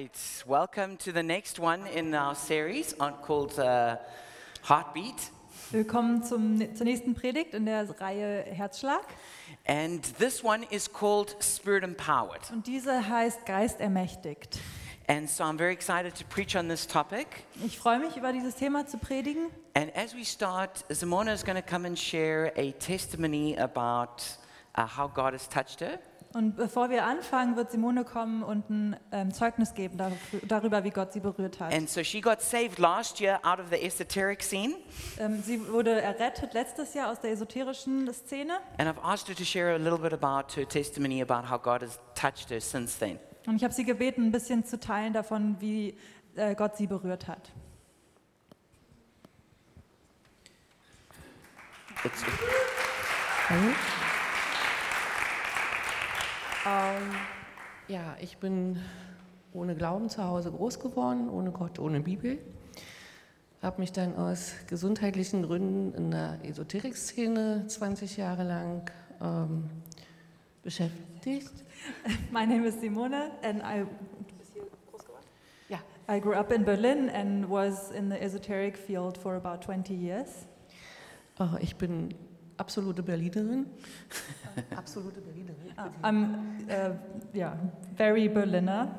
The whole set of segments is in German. right, welcome to the next one in our series on called uh, Heartbeat. Willkommen zum, zur nächsten Predigt in der Reihe Herzschlag. And this one is called Spirit Empowered. Und diese heißt Geist ermächtigt. And so I'm very excited to preach on this topic. Ich freue mich, über dieses Thema zu predigen. And as we start, Simona is going to come and share a testimony about uh, how God has touched her. Und bevor wir anfangen, wird Simone kommen und ein ähm, Zeugnis geben darf- darüber, wie Gott sie berührt hat. And so she got saved last year out of the esoteric scene. Ähm, sie wurde errettet letztes Jahr aus der esoterischen Szene. And I've asked her to share a little bit about her testimony about how God has touched her since then. Und ich habe sie gebeten, ein bisschen zu teilen davon, wie äh, Gott sie berührt hat. It's, Ähm, ja, ich bin ohne Glauben zu Hause groß geworden, ohne Gott, ohne Bibel. Habe mich dann aus gesundheitlichen Gründen in der Esoterik-Szene 20 Jahre lang ähm, beschäftigt. My name is Simone and I, Ja, I grew up in Berlin and was in the esoteric field for about 20 years. äh, ich bin absolute Berlinerin. absolute Berlinerin. ah, I'm, uh, yeah, very Berliner.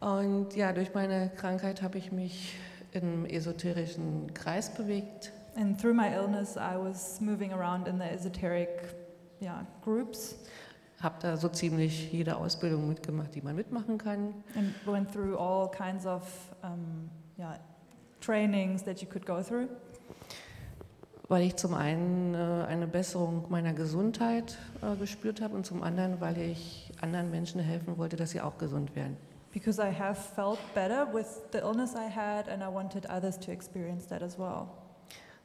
Und ja, durch meine Krankheit habe ich mich im esoterischen Kreis bewegt. And through my illness, I was moving around in the esoteric yeah, groups Habe da so ziemlich jede Ausbildung mitgemacht, die man mitmachen kann. and went through all kinds of um, yeah, trainings that you could go through. Weil ich zum einen äh, eine Besserung meiner Gesundheit äh, gespürt habe und zum anderen, weil ich anderen Menschen helfen wollte, dass sie auch gesund werden. Because I have felt better with the illness I had, and I wanted others to experience that as well.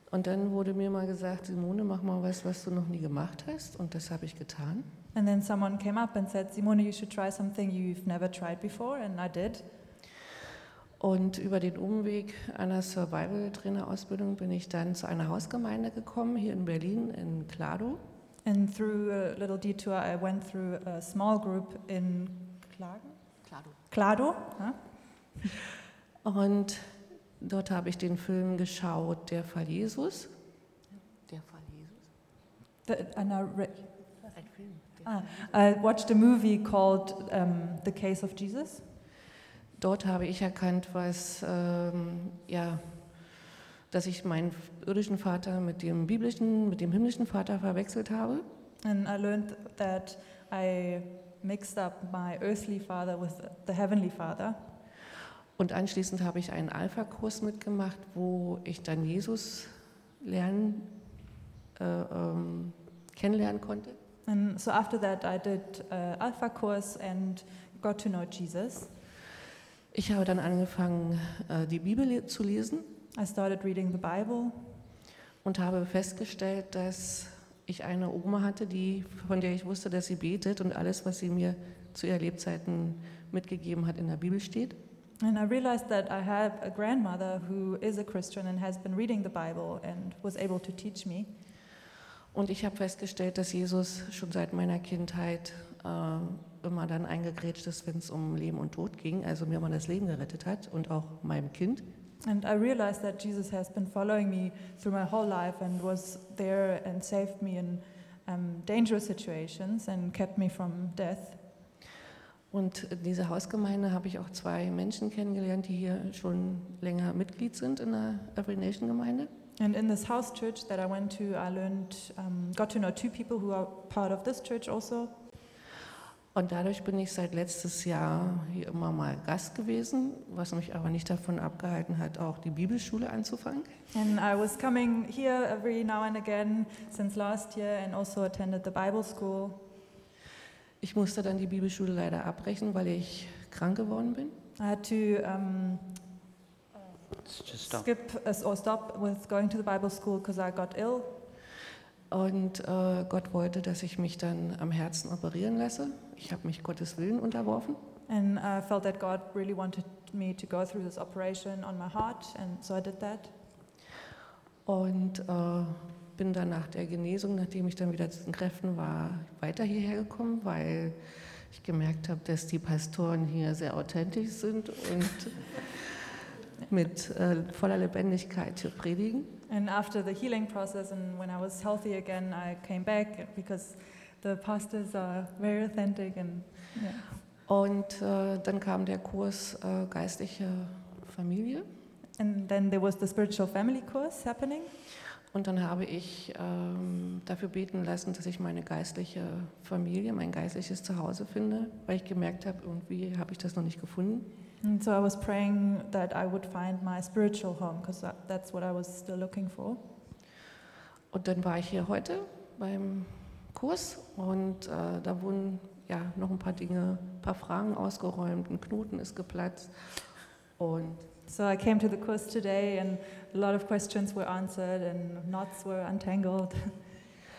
Und dann wurde mir mal gesagt, Simone, mach mal was, was du noch nie gemacht hast. Und das habe ich getan. And then someone came up and said, Simone, you should try something you've never tried before, and I did. Und über den Umweg einer Survival-Trainer-Ausbildung bin ich dann zu einer Hausgemeinde gekommen, hier in Berlin, in Klado. And through a little detour, I went through a small group in Klagen? Klado. Klado. Huh? Und dort habe ich den Film geschaut, Der Fall Jesus. Der Fall Jesus? The, and I, re- Ein Film. Der ah, I watched a movie called um, The Case of Jesus. Dort habe ich erkannt, was, ähm, ja, dass ich meinen irdischen Vater mit dem biblischen, mit dem himmlischen Vater verwechselt habe. And I learned that I mixed up my earthly father with the heavenly father. Und anschließend habe ich einen Alpha-Kurs mitgemacht, wo ich dann Jesus lernen, äh, ähm, kennenlernen konnte. And so after that, I did uh, Alpha course and got to know Jesus. Ich habe dann angefangen, äh, die Bibel le- zu lesen I started reading the Bible, und habe festgestellt, dass ich eine Oma hatte, die, von der ich wusste, dass sie betet und alles, was sie mir zu ihr Lebzeiten mitgegeben hat, in der Bibel steht. and I realized that I have a grandmother who is a Christian and has been reading the Bible and was able to teach me. Und ich habe festgestellt, dass Jesus schon seit meiner Kindheit äh, immer dann eingegrätscht ist, wenn es um Leben und Tod ging, also mir immer das Leben gerettet hat und auch meinem Kind. And I realized that Jesus has been following me through my whole life and was there and saved me in um, dangerous situations and kept me from death. Und in dieser Hausgemeinde habe ich auch zwei Menschen kennengelernt, die hier schon länger Mitglied sind in der Every Nation Gemeinde. And in this house church that I went to, I learned, um, got to know two people who are part of this church also. Und dadurch bin ich seit letztes Jahr hier immer mal Gast gewesen, was mich aber nicht davon abgehalten hat, auch die Bibelschule anzufangen. And I was coming here every now and again since last year and also attended the Bible school. Ich musste dann die Bibelschule leider abbrechen, weil ich krank geworden bin. I had to um, it's just stop. skip uh, or stop with going to the Bible school because I got ill. Und äh, Gott wollte, dass ich mich dann am Herzen operieren lasse. Ich habe mich Gottes Willen unterworfen. And I felt that God really wanted me to go through this operation on my heart, and so I did that. Und äh, bin dann nach der Genesung, nachdem ich dann wieder zu den Kräften war, weiter hierher gekommen, weil ich gemerkt habe, dass die Pastoren hier sehr authentisch sind und mit äh, voller Lebendigkeit hier predigen. And after the healing process, and when I was healthy again, I came back because the pastors are very authentic and yeah. Und äh, dann kam der Kurs äh, geistliche Familie. And then there was the spiritual family course happening, Und dann habe ich ähm, dafür beten lassen, dass ich meine geistliche Familie, mein geistliches Zuhause finde, weil ich gemerkt habe, irgendwie habe ich das noch nicht gefunden. and so I was praying that I would find my spiritual home because that, that's what I was still looking for. Und dann war ich hier heute beim Kurs und äh, da wurden ja noch ein paar Dinge, ein paar Fragen ausgeräumt, ein Knoten ist geplatzt und So I came to the course today, and a lot of questions were answered, and knots were untangled.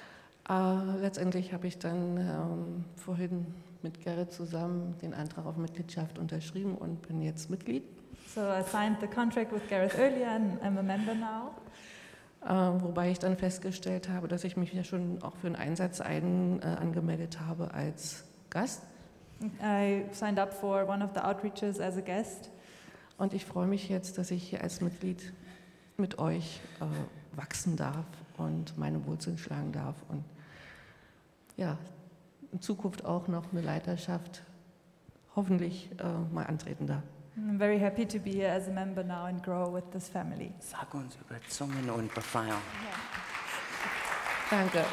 äh, letztendlich habe ich dann ähm, vorhin mit Gerrit zusammen den Antrag auf Mitgliedschaft unterschrieben und bin jetzt Mitglied. So I signed the contract with Gareth earlier, and I'm a member now. Äh, wobei ich dann festgestellt habe, dass ich mich ja schon auch für einen Einsatz ein, äh, angemeldet habe als Gast. I signed up for one of the outreaches as a guest, Und ich freue mich jetzt, dass ich hier als Mitglied mit euch äh, wachsen darf und meine Wurzeln schlagen darf und ja, in Zukunft auch noch eine Leiterschaft hoffentlich äh, mal antreten darf. and I'm very happy to be here as a member now and grow with this family. Sag uns über Zungen und Befreiung. Danke.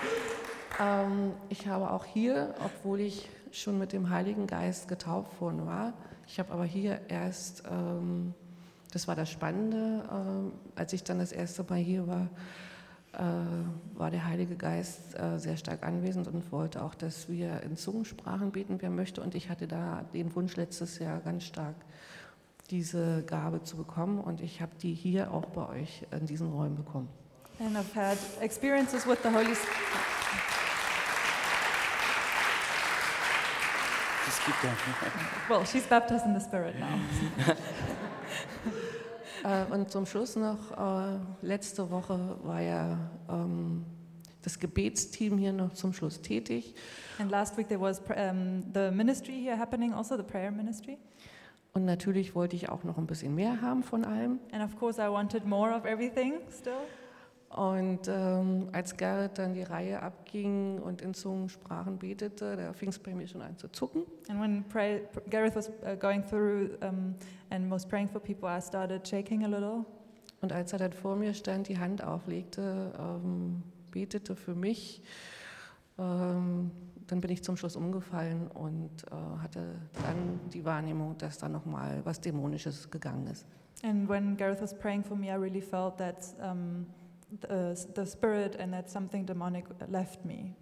ähm, ich habe auch hier, obwohl ich schon mit dem Heiligen Geist getauft worden war, ich habe aber hier erst, ähm, das war das Spannende, ähm, als ich dann das erste Mal hier war, äh, war der Heilige Geist äh, sehr stark anwesend und wollte auch, dass wir in Zungensprachen beten, wer möchte. Und ich hatte da den Wunsch letztes Jahr ganz stark, diese Gabe zu bekommen. Und ich habe die hier auch bei euch in diesen Räumen bekommen. And I've had experiences with the Holy Spirit. Es gibt ja. Well, she's baptized in the Spirit now. Äh, und zum Schluss noch, äh, letzte Woche war ja ähm, das Gebetsteam hier noch zum Schluss tätig. And last week there was pr- um, the ministry here happening, also the prayer ministry. Und natürlich wollte ich auch noch ein bisschen mehr haben von allem. And of course, I wanted more of everything still. Und ähm, als Gerrit dann die Reihe abging und in Zungensprachen betete, da fing es bei mir schon an zu zucken. And when pray, Gareth was uh, going through um, and was praying for people, I started shaking a little. Und als er dann vor mir stand, die Hand auflegte, ähm, betete für mich, ähm, dann bin ich zum Schluss umgefallen und äh, hatte dann die Wahrnehmung, dass da nochmal was Dämonisches gegangen ist. And when Gareth was praying for me, I really felt that um, the, the spirit and that something demonic left me.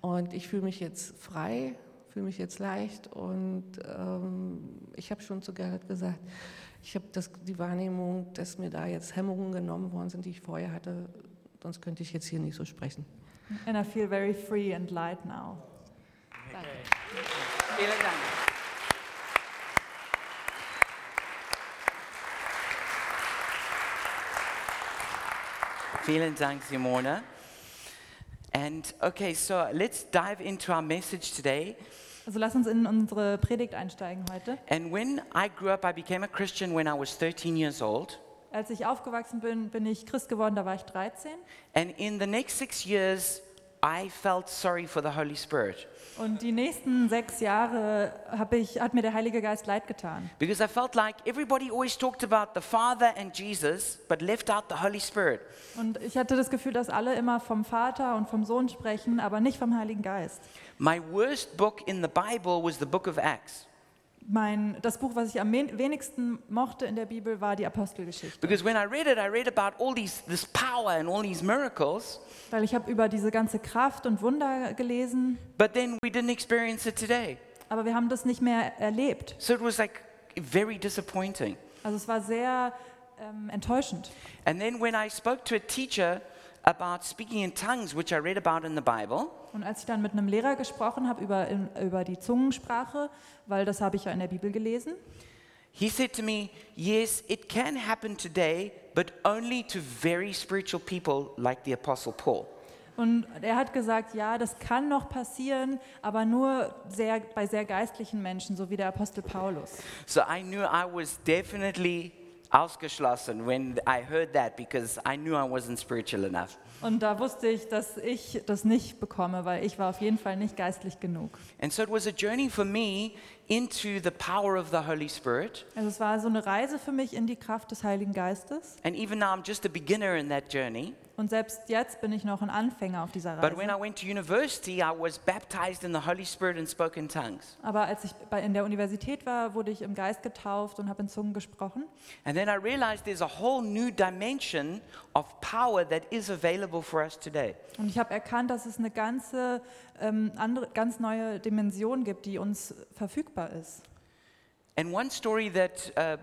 Und ich fühle mich jetzt frei, fühle mich jetzt leicht und ähm, ich habe schon zu Gerrit gesagt, ich habe das- die Wahrnehmung, dass mir da jetzt Hemmungen genommen worden sind, die ich vorher hatte, sonst könnte ich jetzt hier nicht so sprechen. And I feel very free and light now. Vielen Dank. Vielen Dank, Simona. And okay, so let's dive into our message today. Also lass uns in unsere Predigt einsteigen heute. And when I grew up, I became a Christian when I was 13 years old. Als ich aufgewachsen bin, bin ich Christ geworden, da war ich 13. And in the next six years, I felt sorry for the Holy Spirit Und die nächsten sechs Jahre hab ich, hat mir der Heilige Geist leid getan. because I felt like everybody always talked about the Father and Jesus, but left out the Holy Spirit. Und ich hatte das Gefühl, dass alle immer vom Vater und vom Sohn sprechen, aber nicht vom Heiligen Geist. My worst book in the Bible was the book of Acts. Mein, das Buch, was ich am men- wenigsten mochte in der Bibel, war die Apostelgeschichte. Because when I read it, I read about all these this power and all these miracles, Weil ich habe über diese ganze Kraft und Wunder gelesen, but then we didn't experience it today. aber wir haben das nicht mehr erlebt. So it was like very disappointing. Also es war sehr ähm, enttäuschend. And then when I spoke to a teacher about speaking in tongues, which I read about in the Bible, Und als ich dann mit einem Lehrer gesprochen habe über, in- über die Zungensprache, weil das habe ich ja in der Bibel gelesen, he said to me, "Yes, it can happen today, but only to very spiritual people like the apostle Paul." Und er hat gesagt, ja, das kann noch passieren, aber nur sehr, bei sehr geistlichen Menschen, so wie der Apostel Paulus. So I knew I was definitely ausgeschlossen when I heard that because I knew I wasn't spiritual enough. Und da wusste ich, dass ich das nicht bekomme, weil ich war auf jeden Fall nicht geistlich genug. And so it was a journey for me into the power of the Holy Spirit. Also es war so eine Reise für mich in die Kraft des Heiligen Geistes. And even now I'm just a beginner in that journey. Und selbst jetzt bin ich noch ein Anfänger auf dieser But when Reise. I went to university, I was baptized in the Holy Spirit and spoke in tongues. Aber als ich bei, in der Universität war, wurde ich im Geist getauft und habe in Zungen gesprochen. And then I realized there's a whole new dimension of power that is available for us today. Und ich habe erkannt, dass es eine ganze, ähm, andere, ganz neue Dimension gibt, die uns verfügbar ist. And one story that, uh,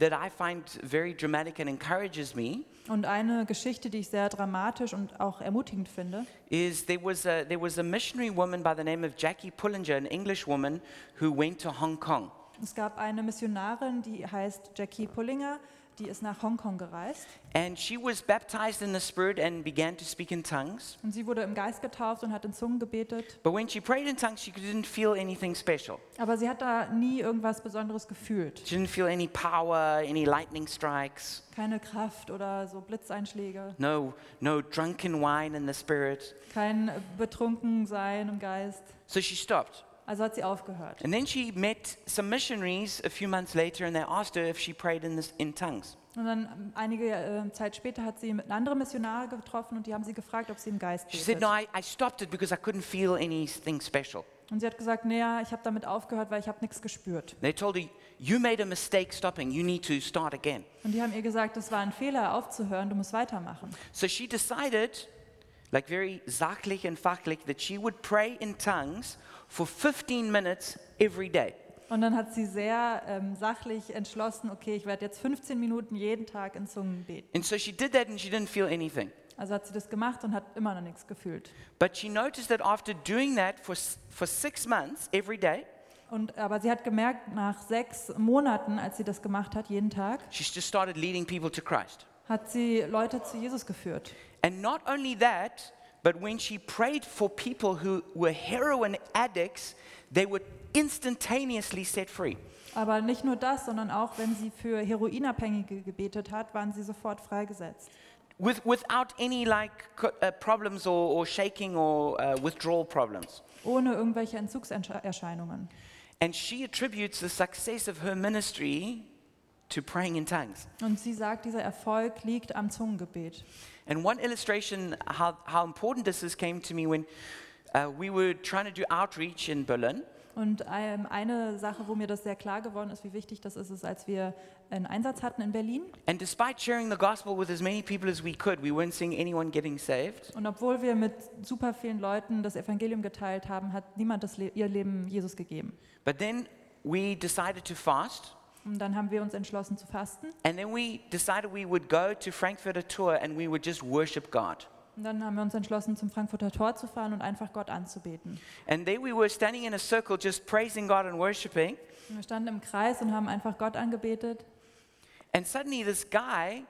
that I find very dramatic and encourages me Und eine Geschichte, die ich sehr dramatisch und auch ermutigend finde. is there was, a, there was a missionary woman by the name of Jackie Pullinger, an English woman, who went to Hong Kong. Es gab eine Missionarin, die heißt Jackie Pullinger, die ist nach Hongkong gereist. And she was baptized in the Spirit and began to speak in tongues. Und sie wurde im Geist getauft und hat in Zungen gebetet. But when she prayed in tongues, she didn't feel anything special. Aber sie hat da nie irgendwas Besonderes gefühlt. She didn't feel any power, any lightning strikes, Keine Kraft oder so Blitzeinschläge, no, no drunken wine in the Spirit. kein Betrunkensein im Geist. So she stopped. Also hat sie aufgehört. And then she met some missionaries a few months later, and they asked her if she prayed in, this, in tongues. Und dann ähm, einige äh, Zeit später hat sie mit anderen Missionare getroffen und die haben sie gefragt, ob sie im Geist She said, No, betet. I, I stopped it because I couldn't feel anything special. Und sie hat gesagt, naja, ich habe damit aufgehört, weil ich habe nichts gespürt. They told her, You made a mistake stopping. You need to start again. Und die haben ihr gesagt, das war ein Fehler, aufzuhören, du musst weitermachen. So she decided, like very sachlich and fachlich, that she would pray in tongues for 15 minutes every day. Und dann hat sie sehr ähm, sachlich entschlossen, okay, ich werde jetzt 15 Minuten jeden Tag in Zungen beten. And so she did that and she didn't feel anything. Also hat sie das gemacht und hat immer noch nichts gefühlt. But she noticed that after doing that for, s- for six months every day, Und, aber sie hat gemerkt, nach sechs Monaten, als sie das gemacht hat, jeden Tag, she just started leading people to Christ. hat sie Leute zu Jesus geführt. And not only that, but when she prayed for people who were heroin addicts, they were instantaneously set free. Aber nicht nur das, sondern auch, wenn sie für Heroinabhängige gebetet hat, waren sie sofort freigesetzt. With, without any like co- uh, problems or, or shaking or uh, withdrawal problems. Ohne irgendwelche Entzugserscheinungen. And she attributes the success of her ministry to praying in tongues. Und sie sagt, dieser Erfolg liegt am Zungengebet. And one illustration how, how important this is came to me when uh, we were trying to do outreach in Berlin. Und ähm, eine Sache, wo mir das sehr klar geworden ist, wie wichtig das ist, ist, als wir einen Einsatz hatten in Berlin. And despite sharing the gospel with as many people as we could, we weren't seeing anyone getting saved. Und obwohl wir mit super vielen Leuten das Evangelium geteilt haben, hat niemand das Le ihr Leben Jesus gegeben. But then we decided to fast. Und dann haben wir uns entschlossen zu fasten. And then we decided we would go to Frankfurt a tour and we would just worship God. Und dann haben wir uns entschlossen, zum Frankfurter Tor zu fahren und einfach Gott anzubeten. And there we were standing in a circle just praising God and worshiping. Und wir standen im Kreis und haben einfach Gott angebetet. And suddenly this guy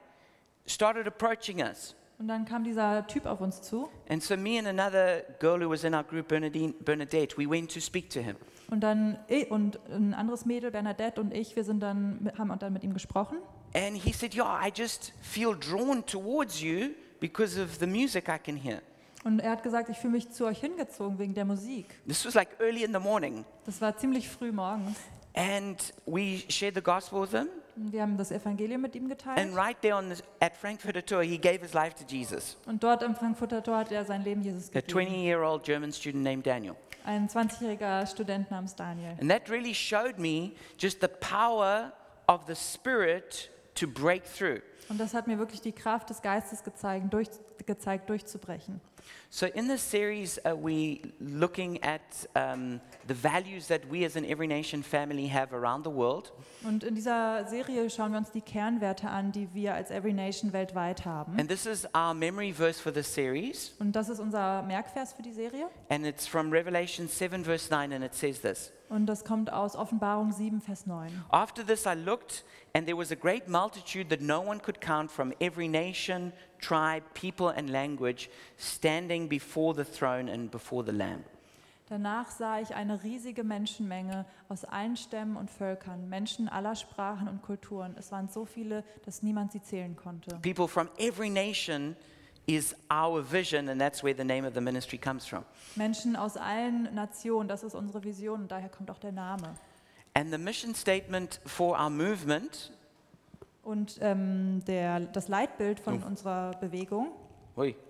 started approaching us. Und dann kam dieser Typ auf uns zu. And so me and another girl who was in our group, Bernadine, Bernadette, we went to speak to him. Und dann i- und ein anderes Mädel, Bernadette und ich, wir sind dann, haben dann mit ihm gesprochen. And he said, yeah, I just feel drawn towards you because of the music I can hear. Und er hat gesagt, ich fühle mich zu euch hingezogen wegen der Musik. This was like early in the morning. Das war ziemlich früh morgens. And we shared the gospel with him. Und Wir haben das Evangelium mit ihm geteilt. And right there on the, at Frankfurter Tour, he gave his life to Jesus. Und dort im Frankfurter Tor hat er sein Leben Jesus A gegeben. 20 year old German student named Daniel. Ein 20-jähriger Student namens Daniel. And that really showed me just the power of the Spirit to break through. Und das hat mir wirklich die Kraft des Geistes gezeigt, durch, gezeigt durchzubrechen. So, in this series, uh, we looking at um, the values that we as an Every Nation family have around the world. Und in dieser Serie schauen wir uns die Kernwerte an, die wir als Every Nation weltweit haben. And this is our memory verse for this series. Und das ist unser Merkvers für die Serie. And it's from Revelation 7, verse 9, and it says this Und das kommt aus Offenbarung 7, Vers 9. After this, I looked, and there was a great multitude that no one could count from every nation, tribe, people, and language standing before the throne and before the Lamb. Danach sah ich eine riesige Menschenmenge aus allen Stämmen und Völkern, Menschen aller Sprachen und Kulturen. Es waren so viele, dass niemand sie zählen konnte. People from every nation is our vision, and that's where the name of the ministry comes from. Menschen aus allen Nationen, das ist unsere Vision und daher kommt auch der Name. And the mission statement for our movement, Und ähm, der, das Leitbild von unserer Bewegung Oi.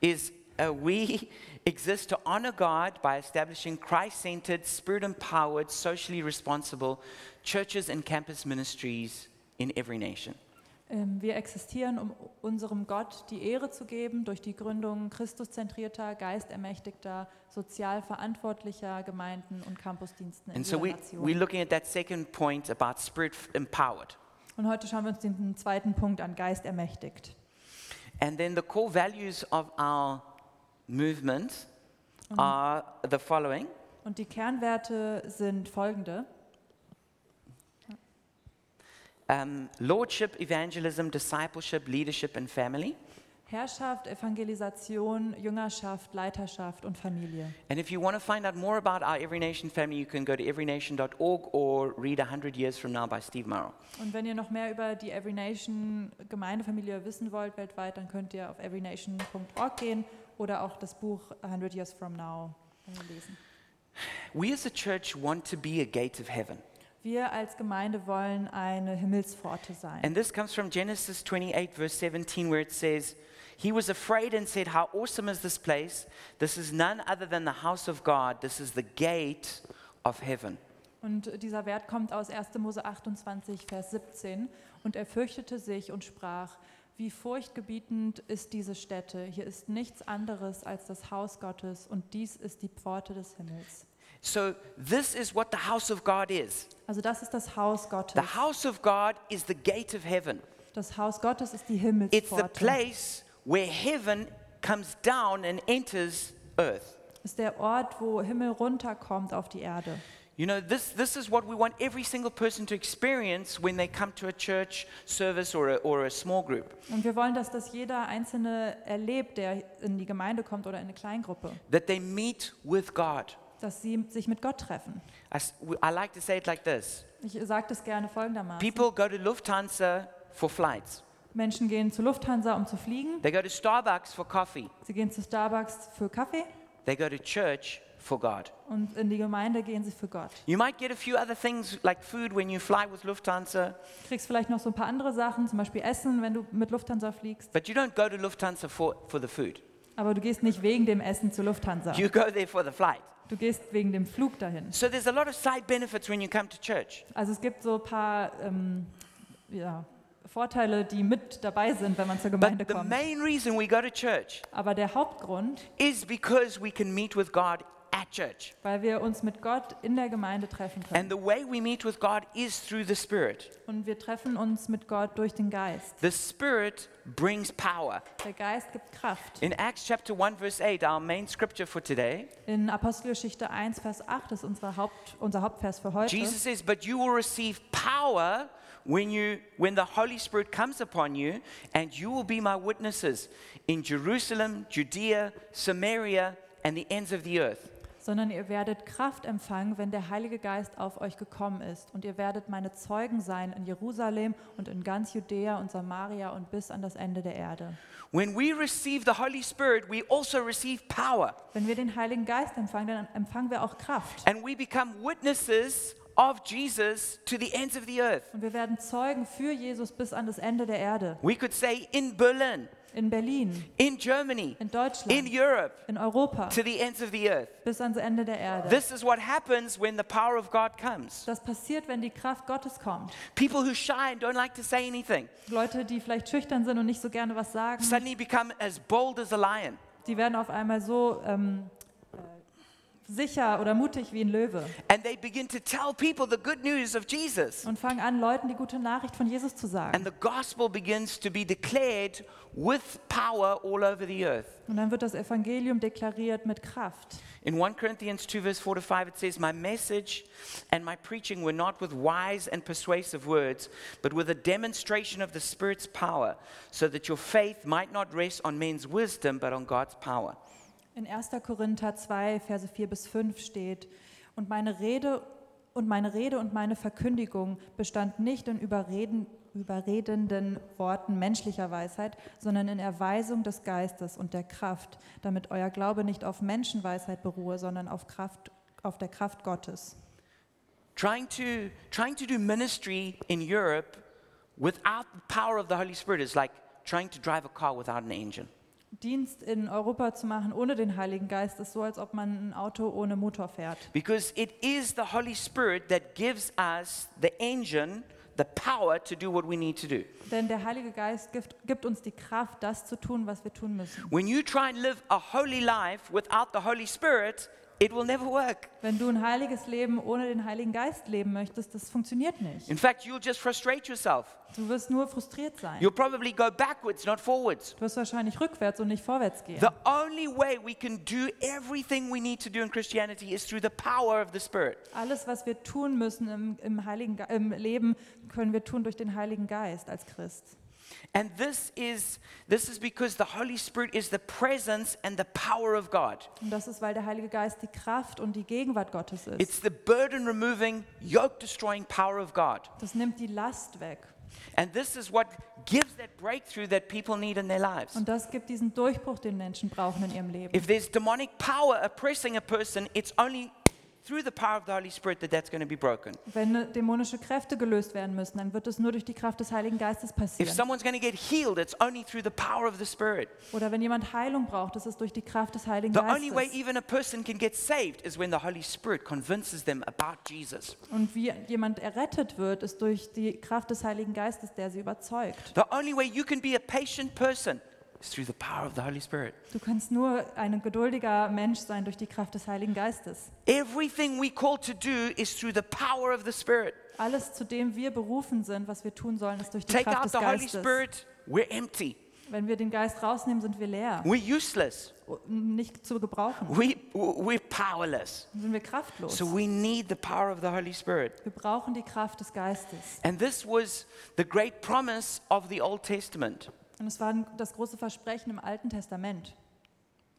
is uh, we exist to honor God by establishing Christ centered, spirit empowered, socially responsible churches and campus ministries in every nation. Ähm, Wir existieren, um unserem Gott die Ehre zu geben durch die Gründung christuszentrierter, geistermächtigter, sozial verantwortlicher Gemeinden und Campusdiensten in And so jeder we, Nation. we're looking at that second point about spirit empowered. und heute schauen wir uns den zweiten Punkt an, Geist ermächtigt. And then the core values of our movement are the following Und die Kernwerte sind folgende. um, lordship, evangelism, discipleship, leadership, and family. Herrschaft, Evangelisation, Jüngerschaft, Leiterschaft und Familie. And if you want to find out more about our Every Nation family, you can go to everynation.org or read 100 Years From Now by Steve Morrow. Und wenn ihr noch mehr über die Every Nation Gemeindefamilie wissen wollt weltweit, dann könnt ihr auf everynation.org gehen oder auch das Buch 100 Years From Now äh, lesen. We as a church want to be a gate of heaven. Wir als Gemeinde wollen eine Himmelspforte sein. And this comes from Genesis 28, verse 17, where it says, He was afraid and said, How awesome is this place? This is none other than the house of God. This is the gate of heaven. Und dieser Wert kommt aus 1. Mose 28, Vers 17. Und er fürchtete sich und sprach, wie furchtgebietend ist diese Stätte. Hier ist nichts anderes als das Haus Gottes und dies ist die Pforte des Himmels. So, this is what the house of God is. Also das ist das Haus The Gottes. house of God is the gate of heaven. Das Haus Gottes ist die It's the Himmelspforte. place where heaven comes down and enters earth. Ist der Ort, wo Himmel runterkommt auf die Erde. You know, this, this is what we want every single person to experience when they come to a church service or a, or a small group. Und wir wollen, dass das jeder Einzelne erlebt, der in die Gemeinde kommt oder in eine Kleingruppe. That they meet with God. dass sie sich mit Gott treffen. I, s- w- I like to say it like this Ich sage das gerne folgendermaßen. People go to Lufthansa for flights, Menschen gehen zu Lufthansa, um zu fliegen. they go to Starbucks for coffee, Sie gehen zu Starbucks für Kaffee they go to church for God. und in die Gemeinde gehen sie für Gott. You might get a few other things like food when you fly with Lufthansa, Du kriegst vielleicht noch so ein paar andere Sachen, zum Beispiel Essen, wenn du mit Lufthansa fliegst. but you don't go to Lufthansa for, for the food. Aber du gehst nicht wegen dem Essen zu Lufthansa. You go there for the flight. Du gehst wegen dem Flug dahin. So there's a lot of side benefits when you come to church. Also es gibt so ein paar ähm, ja, Vorteile, die mit dabei sind, wenn man zur Gemeinde But the kommt. main reason we go to church Aber der Hauptgrund, is because we can meet with God at church. weil wir uns mit Gott in der Gemeinde treffen können. And the way we meet with God is through the Spirit. Und wir treffen uns mit Gott durch den Geist. The Spirit brings power. Der Geist gibt Kraft. In Acts chapter 1, verse 8, our main scripture for today, In Apostelgeschichte 1, Vers 8 ist unsere Haupt, unser Hauptvers für heute. Jesus says, But you will receive power when, you, when the Holy Spirit comes upon you, and you will be my witnesses in Jerusalem, Judea, Samaria, and the ends of the earth. Sondern ihr werdet Kraft empfangen, wenn der Heilige Geist auf euch gekommen ist. Und ihr werdet meine Zeugen sein in Jerusalem und in ganz Judäa und Samaria und bis an das Ende der Erde. When we receive the Holy Spirit, we also receive power Wenn wir den Heiligen Geist empfangen, dann empfangen wir auch Kraft. and we become witnesses of Jesus to the ends of the earth. Und wir werden Zeugen für Jesus bis an das Ende der Erde. We could say in Berlin, In Berlin, in Germany, in in Deutschland, Europe, in Europa, to the ends of the earth. bis ans Ende der Erde. This is what happens when the power of God comes. Das passiert, wenn die Kraft Gottes kommt. People who shy and don't like to say anything Leute, die vielleicht schüchtern sind und nicht so gerne was sagen, suddenly become as bold as a lion. die werden auf einmal so ähm, äh, sicher oder mutig wie ein Löwe And they begin to tell people the good news of Jesus. und fangen an, Leuten die gute Nachricht von Jesus zu And sagen. the gospel begins to be declared with power all over the earth. Und dann wird das Evangelium deklariert mit Kraft. In 1 Corinthians 2, verse 4 to 5, it says, My message and my preaching were not with wise and persuasive words, but with a demonstration of the Spirit's power, so that your faith might not rest on men's wisdom, but on God's power. In 1. Korinther 2, Verse 4 bis 5 steht, und meine Rede und meine Rede und meine Verkündigung bestand nicht in überreden, überredenden Worten menschlicher Weisheit, sondern in Erweisung des Geistes und der Kraft, damit euer Glaube nicht auf Menschenweisheit beruhe, sondern auf, Kraft, auf der Kraft Gottes. Trying to, trying to do ministry in Europe without the power of the Holy Spirit is like trying to drive a car without an engine. Dienst in Europa zu machen ohne den Heiligen Geist ist so, als ob man ein Auto ohne Motor fährt. Because it is the Holy Spirit that gives us the engine, the power to do what we need to do. Denn der Heilige Geist gibt, gibt uns die Kraft, das zu tun, was wir tun müssen. When you try and live a holy life without the Holy Spirit, it will never work. Wenn du ein heiliges Leben ohne den Heiligen Geist leben möchtest, das funktioniert nicht. In fact, you'll just frustrate yourself. Du wirst nur frustriert sein. You'll probably go backwards, not forwards. Du wirst wahrscheinlich rückwärts und nicht vorwärts gehen. The only way we can do everything we need to do in Christianity is through the power of the Spirit. Alles, was wir tun müssen im, im, Heiligen, Ge- im Leben, können wir tun durch den Heiligen Geist als Christ. And this is this is because the Holy Spirit is the presence and the power of God. Und das ist, weil der Heilige Geist die Kraft und die Gegenwart Gottes ist. It's the burden removing, yoke destroying power of God. Das nimmt die Last weg. And this is what gives that breakthrough that people need in their lives. Und das gibt diesen Durchbruch, den Menschen brauchen in ihrem Leben. If there's demonic power oppressing a person, it's only through the power of the Holy Spirit that that's going to be broken. Wenn dämonische Kräfte gelöst werden müssen, dann wird es nur durch die Kraft des Heiligen Geistes If passieren. someone's going to get healed, it's only through the power of the Spirit. Oder wenn jemand Heilung braucht, das ist durch die Kraft des Heiligen The only way Geistes. even a person can get saved is when the Holy Spirit convinces them about Jesus. Und wie jemand errettet wird, ist durch die Kraft des Heiligen Geistes, der sie überzeugt. The only way you can be a patient person is through the power of the Holy Spirit. Du kannst nur ein geduldiger Mensch sein durch die Kraft des Heiligen Geistes. Everything we call to do is through the power of the Spirit. Alles, zu dem wir berufen sind, was wir tun sollen, ist durch die Take Kraft out des the Holy Geistes. Spirit, we're empty. Wenn wir den Geist rausnehmen, sind wir leer, We're useless. nicht zu gebrauchen, We, we're powerless. Dann sind wir kraftlos. So we need the power of the Holy Spirit. Wir brauchen die Kraft des Geistes. And this was the great promise of the Old Testament. Und es war das große Versprechen im Alten Testament.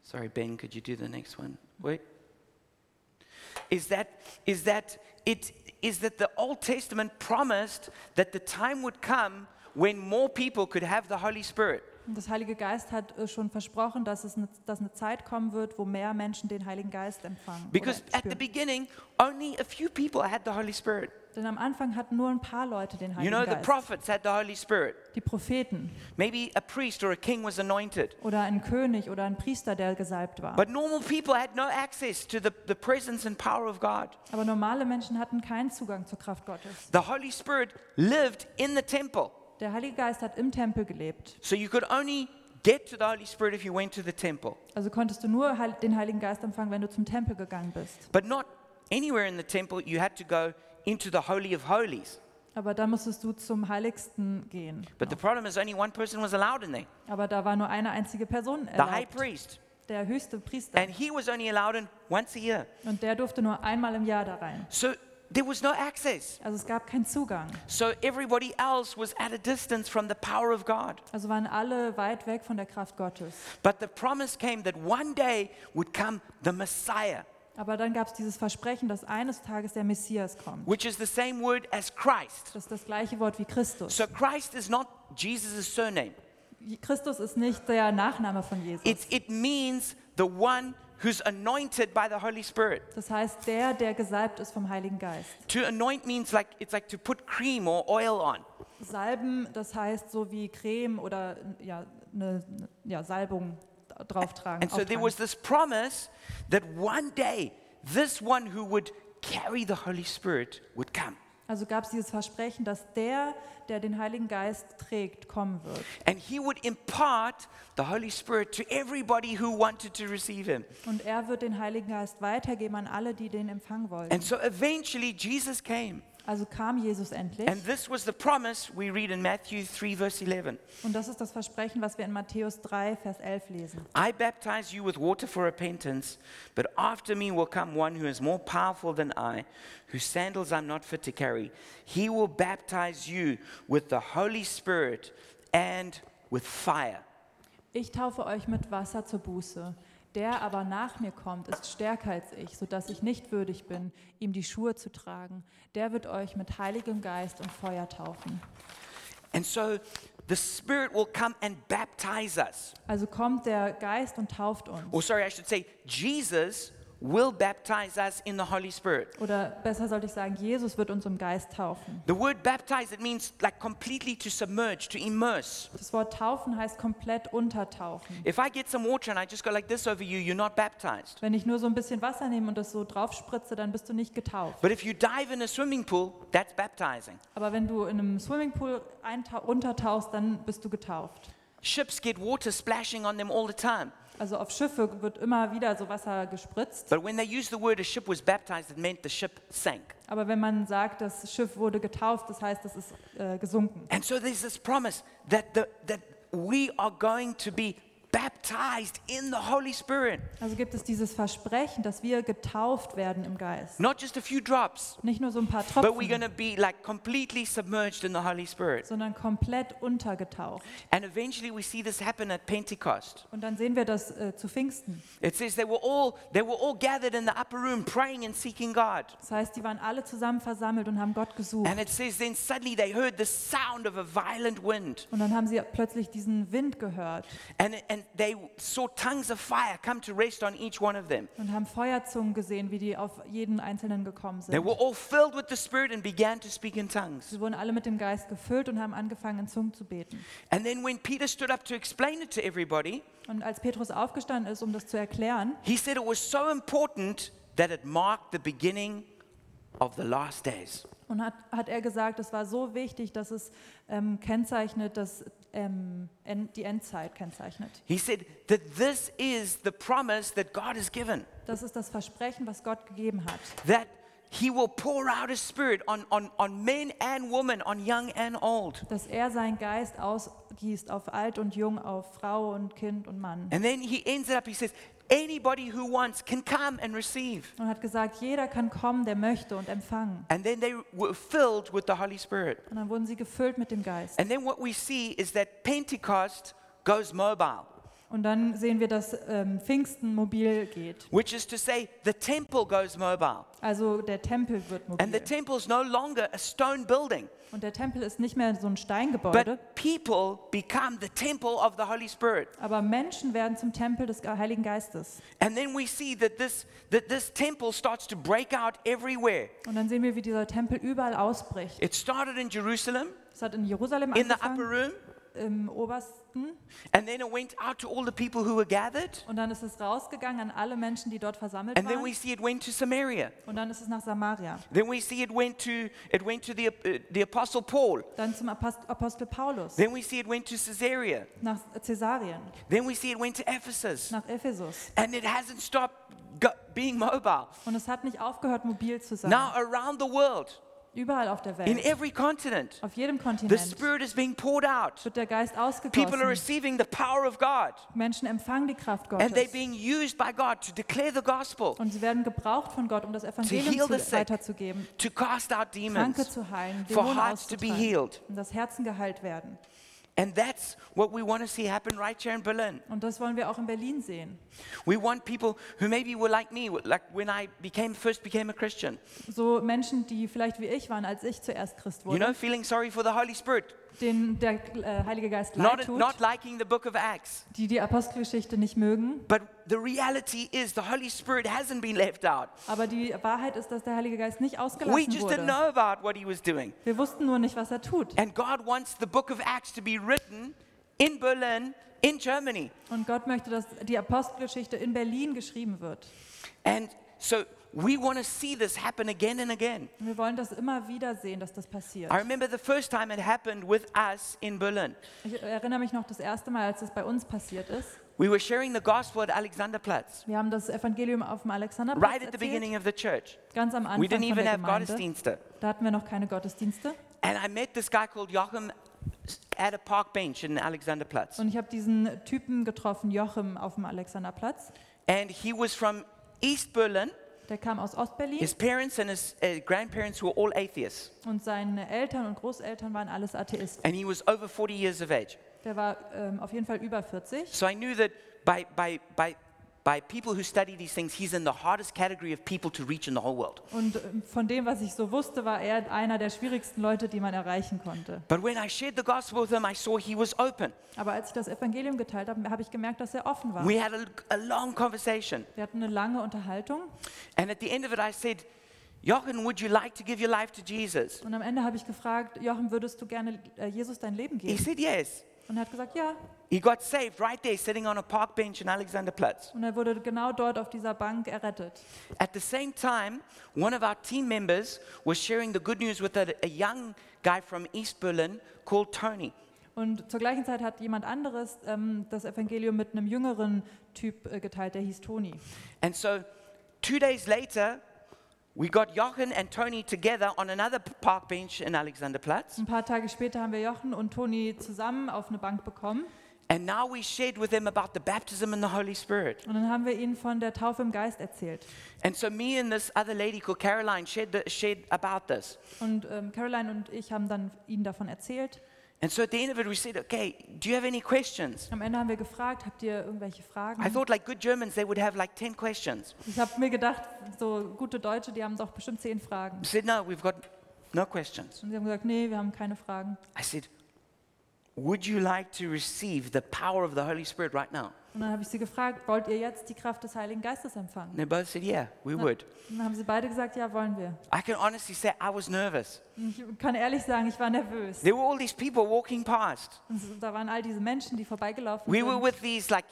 Sorry, Ben, could you do the next one? Wait. Is that, is that, it, is that the Old Testament promised that the time would come when more people could have the Holy Spirit? Und Das Heilige Geist hat äh, schon versprochen, dass, es eine, dass eine Zeit kommen wird, wo mehr Menschen den Heiligen Geist empfangen. oder Because at the spüren. beginning, only a few people had the Holy Spirit. Denn am Anfang hatten nur ein paar Leute den You Heiligen know, the Geist. prophets had the Holy Spirit. die Propheten Maybe a priest or a king was anointed. oder ein König oder ein Priester, der gesalbt war. But normal people had no access to the, the presence and power of God. Aber normale Menschen hatten keinen Zugang zur Kraft Gottes. The Holy Spirit lived in the temple. Der Heilige Geist hat im Tempel gelebt. So you could only get to the Holy Spirit if you went to the temple. Also konntest du nur heil- den Heiligen Geist empfangen, wenn du zum Tempel gegangen bist. But not anywhere in the temple, you had to go into the Holy of Holies. Aber da musstest du zum Heiligsten gehen. But the problem is only one person was allowed in there Aber da war nur eine einzige Person the high erlaubt, priest. der höchste Priester. And he was only allowed in once a year. Und der durfte nur einmal im Jahr da rein. So there was no access. Also es gab keinen Zugang. So everybody else was at a distance from the power of God. Also waren alle weit weg von der Kraft Gottes. But the promise came that one day would come the Messiah. Aber dann gab es dieses Versprechen, dass eines Tages der Messias kommt. which is the same word as Christ. Das ist das gleiche Wort wie Christus. So Christ is not Jesus' surname. Christus ist nicht der Nachname von Jesus. It, it means the one who's anointed by the Holy Spirit. Das heißt, der, der gesalbt ist vom Heiligen Geist. To anoint means like it's like to put cream or oil on. Salben, das heißt so wie Creme oder ja, eine ja, Salbung drauftragen. And so there auftragen. was this promise that one day this one who would carry the Holy Spirit would come. Also gab es dieses Versprechen, dass der, der den Heiligen Geist trägt, kommen wird. And he would impart the Holy Spirit to everybody who wanted to receive him. Und er wird den Heiligen Geist weitergeben an alle, die den empfangen wollten. And so eventually Jesus came. Also kam Jesus endlich. And this was the promise we read in Matthew 3, verse 11. Und das ist das Versprechen, was wir in Matthäus 3, Vers 11 lesen. I baptize you with water for repentance, but after me will come one who is more powerful than I, whose sandals I'm not fit to carry. He will baptize you with the Holy Spirit and with fire. Ich taufe euch mit Wasser zur Buße. Der aber nach mir kommt, ist stärker als ich, sodass ich nicht würdig bin, ihm die Schuhe zu tragen. Der wird euch mit Heiligem Geist und Feuer taufen. And so the Spirit will come and baptize us. Also kommt der Geist und tauft uns. Or, sorry, I should say, Jesus will baptize us in the Holy Spirit. Oder besser sollte ich sagen, Jesus wird uns im Geist taufen. The word baptize, it means like completely to submerge, to immerse. Das Wort taufen heißt komplett untertauchen. If I get some water and I just go like this over you, you're not baptized. Wenn ich nur so ein bisschen Wasser nehme und das so drauf spritze, dann bist du nicht getauft. But if you dive in a swimming pool, that's baptizing. Aber wenn du in einem Swimmingpool eintau- untertauchst, dann bist du getauft. Ships get water splashing on them all the time. Also auf Schiffe wird immer wieder so Wasser gespritzt. But when they used the word a ship was baptized, it meant the ship sank. Aber wenn man sagt, das Schiff wurde getauft, das heißt, es ist äh, gesunken. And so there's this promise that, the, that we are going to be baptized in the Holy Spirit. Also gibt es dieses Versprechen, dass wir getauft werden im Geist. Not just a few drops, Nicht nur so ein paar but we're going Tropfen, to be like completely submerged in the Holy Spirit. sondern komplett untergetaucht. And eventually we see this happen at Pentecost. Und dann sehen wir das äh, zu Pfingsten. It says they were all they were all gathered in the upper room praying and seeking God. Das heißt, die waren alle zusammen versammelt und haben Gott gesucht. And it says then suddenly they heard the sound of a violent wind Und dann haben sie plötzlich diesen Wind gehört and, and they saw tongues of fire come to rest on each one of them. und haben Feuerzungen gesehen, wie die auf jeden Einzelnen gekommen They sind. were all filled with the Spirit and began to speak in tongues. Sie wurden alle mit dem Geist gefüllt und haben angefangen, in Zungen zu beten. And then when Peter stood up to explain it to everybody, Und als Petrus aufgestanden ist, um das zu erklären, he said it was so important that it marked the beginning of the last days. und hat, hat er gesagt, es war so wichtig, dass es ähm, kennzeichnet, dass ähm, en, die Endzeit kennzeichnet. He said that this is the promise that God has given. Das ist das Versprechen, was Gott gegeben hat. that he will pour out his spirit on, on, on men and women, on young and old. Dass er seinen Geist ausgießt auf alt und jung, auf Frau und Kind und Mann. And then he ends it up, he says, anybody who wants can come and receive. Und hat gesagt, jeder kann kommen, der möchte und empfangen. And then they were filled with the Holy Spirit. Und dann wurden sie gefüllt mit dem Geist. And then what we see is that Pentecost goes mobile, Und dann sehen wir, dass ähm, Pfingsten mobil geht. which is to say the temple goes mobile. Also der Tempel wird And the mobil. temple is no longer a stone building, Und der Tempel ist nicht mehr so ein Steingebäude, but people become the temple of the Holy Spirit. aber Menschen werden zum Tempel des Ge- Heiligen Geistes. And then we see that this, that this temple starts to break out everywhere. Und dann sehen wir, wie dieser Tempel überall ausbricht. It started in Jerusalem, Es hat in Jerusalem in the upper angefangen, room, im obersten. and then it went out to all the people who were gathered, Und dann ist es rausgegangen an alle Menschen, die dort versammelt and then we waren. see it went to Samaria. Und dann ist es nach Samaria. Then we see it went to it went to the uh, the apostle Paul. Dann zum Apost- Apostel Paulus, Then we see it went to Caesarea. nach Caesarien, Then we see it went to Ephesus, nach Ephesus. and it hasn't stopped go- being mobile. Und es hat nicht aufgehört, mobil zu sein. Now around the world, Überall auf der in Welt, every continent, auf jedem the Kontinent Spirit is being poured out. wird der Geist People are ausgegossen. receiving the power of God, Menschen empfangen die Kraft Gottes. and they're being used by God to declare the gospel, Und sie werden gebraucht von Gott, um das Evangelium heal the zu, sick. weiterzugeben, to cast out demons, Kranke zu heilen, for Dämonen hearts to be auszutreiben healed. und das Herzen geheilt werden. And that's what we want to see happen right here in Berlin. Und das wollen wir auch in Berlin sehen. We want people who maybe were like me, like when I became first became a Christian, So Menschen, die vielleicht wie ich waren, als ich zuerst Christ you wurde, know, feeling sorry for the Holy Spirit, denen der äh, Heilige Geist leid not, tut, not liking the book of Acts. die die Apostelgeschichte nicht mögen. But the reality is the Holy Spirit hasn't been left out. Aber die Wahrheit ist, dass der Heilige Geist nicht We ausgelassen just didn't wurde. know about what he was doing. Wir wussten nur nicht, was er tut. And God wants the book of Acts to be written in Berlin, in Germany. Und Gott möchte, dass die Apostelgeschichte in Berlin geschrieben wird. And so we want to see this happen again and again. Und wir wollen das immer wieder sehen, dass das passiert. I remember the first time it happened with us in Berlin. Ich erinnere mich noch das erste Mal, als das bei uns passiert ist. We were sharing the gospel at Alexanderplatz, Wir haben das Evangelium auf dem Alexanderplatz right at the erzählt, beginning of the church. ganz am Anfang We didn't von even der have Gemeinde. Gottesdienste. Da hatten wir noch keine Gottesdienste. And I met this guy called Joachim at a park bench in Alexanderplatz. Und ich habe diesen Typen getroffen, Jochim, auf dem Alexanderplatz. And he was from East Berlin. Der kam aus Ostberlin His parents and his uh, grandparents were all atheists. und seine Eltern und Großeltern waren alles Atheisten. And he was over 40 years of age. Der war ähm, auf jeden Fall über 40. So I knew that by, by, by, by people who study these things, he's in the hardest category of people to reach in the whole world. Und ähm, von dem, was ich so wusste, war er einer der schwierigsten Leute, die man erreichen konnte. But when I shared the gospel with him, I saw he was open. Aber als ich das Evangelium geteilt habe, habe ich gemerkt, dass er offen war. We had a, a long conversation. Wir hatten eine lange Unterhaltung And at the end of it, I said, Jochen, would you like to give your life to Jesus? und am Ende habe ich gefragt, Jochen, würdest du gerne äh, Jesus dein Leben He geben? said, yes. Und er hat gesagt, ja. He got saved right there, sitting on a park bench in Alexanderplatz. Und er wurde genau dort auf dieser Bank errettet. At the same time, one of our team members was sharing the good news with a, a young guy from East Berlin called Tony. Und zur gleichen Zeit hat jemand anderes ähm, das Evangelium mit einem jüngeren Typ äh, geteilt, der hieß Toni. And so, two days later, we got Jochen and Tony together on another p- park bench in Alexanderplatz. Ein paar Tage später haben wir Jochen und Toni zusammen auf eine Bank bekommen And now we shared with them about the baptism in the Holy Spirit. und dann haben wir ihnen von der Taufe im Geist erzählt. And so, me and this other lady called Caroline shared, the, shared about this. Und ähm, Caroline und ich haben dann ihnen davon erzählt. And so, at the end of it, we said, Okay, do you have any questions? Am Ende haben wir gefragt, habt ihr irgendwelche Fragen? I thought, like good Germans, they would have like 10 questions. Ich habe mir gedacht, so gute Deutsche, die haben doch bestimmt zehn Fragen. She said, No, we've got no questions. Und sie haben gesagt, nee, wir haben keine Fragen. I said, Would you like to receive the power of the Holy Spirit right now? Und dann habe ich sie gefragt, wollt ihr jetzt die Kraft des Heiligen Geistes empfangen? And they both said, Yeah, we would. Und dann haben sie beide gesagt, ja, wollen wir. I can honestly say I was nervous. Und ich kann ehrlich sagen, ich war nervös. There were all these people walking past. Und so- da waren all diese Menschen, die vorbeigelaufen We were sind. with these like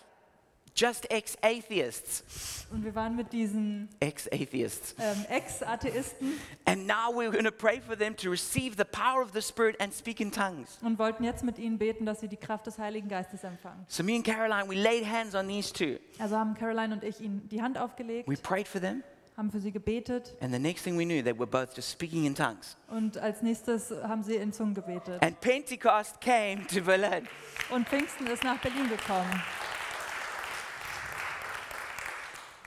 just ex atheists, Und wir waren mit diesen ex atheists. ähm, Ex-Atheisten And now we're going to pray for them to receive the power of the Spirit and speak in tongues. und wollten jetzt mit ihnen beten, dass sie die Kraft des Heiligen Geistes empfangen. So me and Caroline, we laid hands on these two. Also haben Caroline und ich ihnen die Hand aufgelegt, We prayed for them, haben für sie gebetet and the next thing we knew, they were both just speaking in tongues. und als nächstes haben sie in Zungen gebetet. And Pentecost came to Berlin. Und Pfingsten ist nach Berlin gekommen.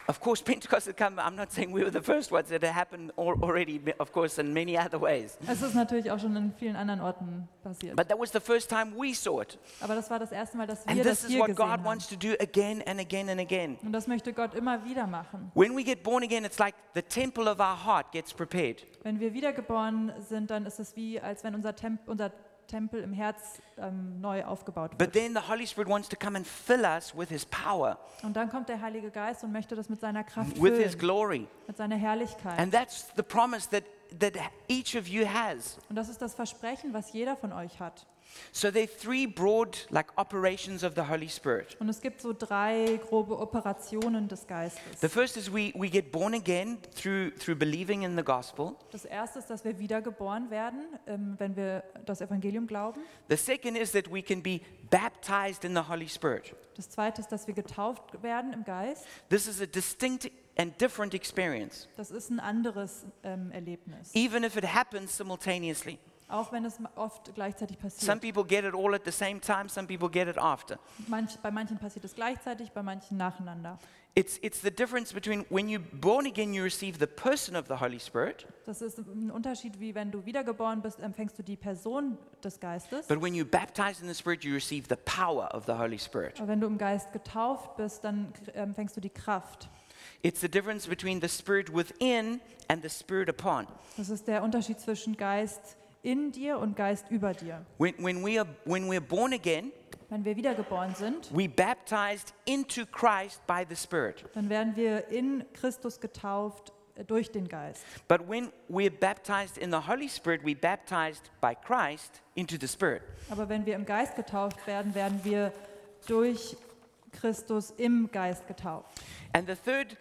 Of course, Pentecost had come. I'm not saying we were the first ones. It had happened al- already, of course, in many other ways. Es ist natürlich auch schon in vielen anderen Orten passiert. But that was the first time we saw it. Aber das war das erste Mal, dass And wir this das is hier what gesehen God haben. wants to do again and again and again. Und das möchte Gott immer wieder machen. When we get born again, it's like the temple of our heart gets prepared. Wenn wir wiedergeboren sind, dann ist es wie, als wenn unser, Temp unser Tempel im Herz ähm, neu aufgebaut But wird. then the Holy Spirit wants to come and fill us with His power, Und dann kommt der Heilige Geist und möchte das mit seiner Kraft with His füllen, glory. mit seiner Herrlichkeit. And that's the promise that, that each of you has. Und das ist das Versprechen, was jeder von euch hat. So there are three broad, like, operations of the Holy Spirit. Und es gibt so drei grobe Operationen des The Geistes. first is we, we get born again through, through believing in the gospel. Das erste ist, dass wir wiedergeboren werden, ähm, wenn wir das Evangelium glauben. The second is that we can be baptized in the Holy Spirit. Das zweite ist, dass wir getauft werden im Geist. This is a distinct and different experience, Das ist ein anderes ähm, Erlebnis, even if it happens simultaneously. auch wenn es ma- oft gleichzeitig Some passiert. people get it all at the same time, some people get it after. Manch, bei manchen passiert es gleichzeitig, bei manchen nacheinander. It's, it's the difference between when you're born again, you receive the person of the Holy Spirit, Das ist ein Unterschied, wie wenn du wiedergeboren bist, empfängst du die Person des Geistes. but when you're baptized in the Spirit, you receive the power of the Holy Spirit. Aber wenn du im Geist getauft bist, dann k- empfängst du die Kraft. It's the difference between the Spirit within and the Spirit upon. Das ist der Unterschied zwischen Geist in dir und Geist über dir. When, when, we are, when we're born again, Wenn wir wiedergeboren sind, we baptized into Christ by the Spirit. dann werden wir in Christus getauft äh, durch den Geist. But when we're baptized in the Holy Spirit, we're baptized by Christ into the Spirit. Aber wenn wir im Geist getauft werden, werden wir durch Christus im Geist getauft. And the third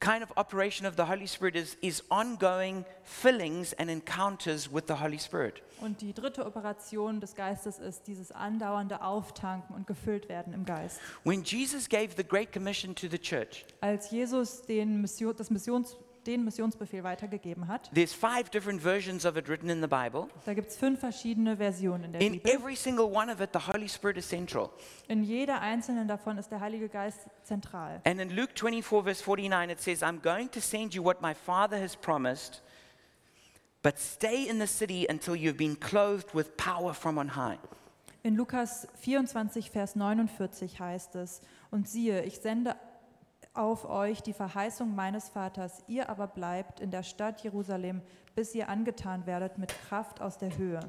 kind of operation of the Holy Spirit is, is ongoing fillings and encounters with the Holy Spirit. Und die dritte Operation des Geistes ist dieses andauernde Auftanken und gefüllt werden im Geist. When Jesus gave the Great Commission to the church, Als Jesus den, Mission, das Missions, den Missionsbefehl weitergegeben hat, there's five different versions of it written in the Bible. da gibt es fünf verschiedene Versionen in der In Bibel. every single one of it, the Holy Spirit is central. In jeder einzelnen davon ist der Heilige Geist zentral. And in Luke 24, verse 49, it says, I'm going to send you what my Father has promised, but stay in the city until you've been clothed with power from on high. In Lukas 24, Vers 49 heißt es, und siehe, ich sende auf euch die Verheißung meines Vaters, ihr aber bleibt in der Stadt Jerusalem, bis ihr angetan werdet mit Kraft aus der Höhe.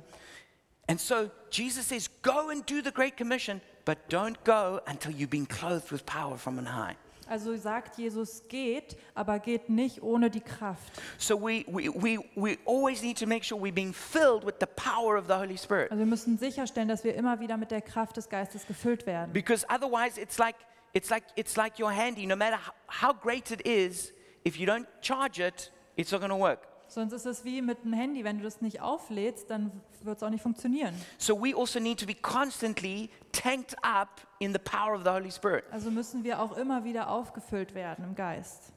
And so Jesus says, Go and do the Great Commission, but don't go until you've been clothed with power from on high. Also sagt Jesus, geht, aber geht nicht ohne die Kraft. So we, we, we, we always need to make sure we're being filled with the power of the Holy Spirit. Also wir müssen sicherstellen, dass wir immer wieder mit der Kraft des Geistes gefüllt werden. Because otherwise, it's like, it's like, it's like your handy. No matter how, how great it is, if you don't charge it, it's not going to work. Sonst ist es wie mit dem Handy, wenn du das nicht auflädst, dann wird es auch nicht funktionieren. So we also need to be constantly tanked up in the power of the Holy Spirit. Also müssen wir auch immer wieder aufgefüllt werden im Geist.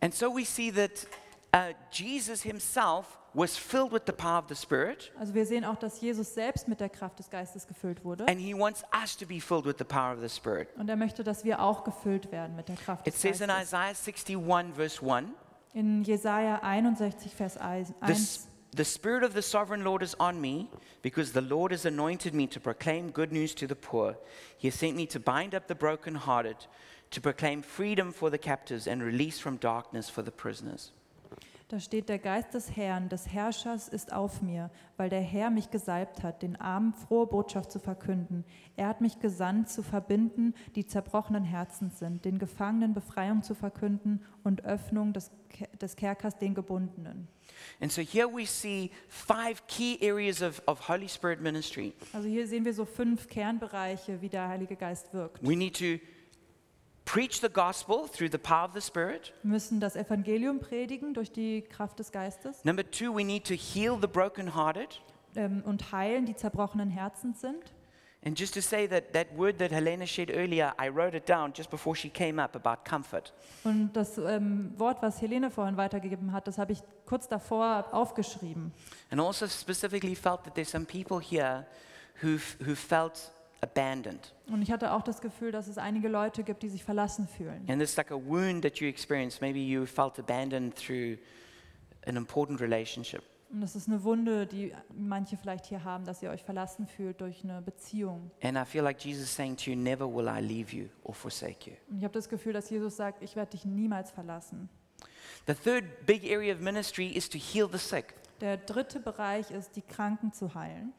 And so we see that uh, Jesus himself was filled with the power of the Spirit, Also wir sehen auch, dass Jesus selbst mit der Kraft des Geistes gefüllt wurde. and he wants us to be filled with the power of the Spirit. Und er möchte, dass wir auch gefüllt werden mit der Kraft It des says in Geistes. Isaiah 61, verse 1 In Jesaja 61, Vers the, s- 1. the Spirit of the sovereign Lord is on me, because the Lord has anointed me to proclaim good news to the poor. He has sent me to bind up the brokenhearted, to proclaim freedom for the captives, and release from darkness for the prisoners. Da steht, der Geist des Herrn, des Herrschers ist auf mir, weil der Herr mich gesalbt hat, den Armen frohe Botschaft zu verkünden. Er hat mich gesandt, zu verbinden, die zerbrochenen Herzen sind, den Gefangenen Befreiung zu verkünden und Öffnung des, Ke- des Kerkers den Gebundenen. And so here we see five key areas of, of Holy Spirit ministry. Also hier sehen wir so fünf Kernbereiche, wie der Heilige Geist wirkt. We need to preach the gospel through the power of the Spirit. Wir müssen das Evangelium predigen durch die Kraft des Geistes Number two, we need to heal the brokenhearted. ähm, und heilen, die zerbrochenen Herzen sind. And just to say that that word that Helena shared earlier, I wrote it down just before she came up about comfort. Und das ähm, Wort, was Helene vorhin weitergegeben hat, das habe ich kurz davor aufgeschrieben. And also specifically felt that there's some people here who who felt abandoned. Und ich hatte auch das Gefühl, dass es einige Leute gibt, die sich verlassen fühlen. And it's like a wound that you experienced. Maybe you felt abandoned through an important relationship. Und das ist eine Wunde, die manche vielleicht hier haben, dass ihr euch verlassen fühlt durch eine Beziehung. And I feel like Jesus is saying to you, Never will I leave you or forsake you. Und ich habe das Gefühl, dass Jesus sagt, ich werde dich niemals verlassen. The third big area of ministry is to heal the sick. Der dritte Bereich ist, die Kranken zu heilen.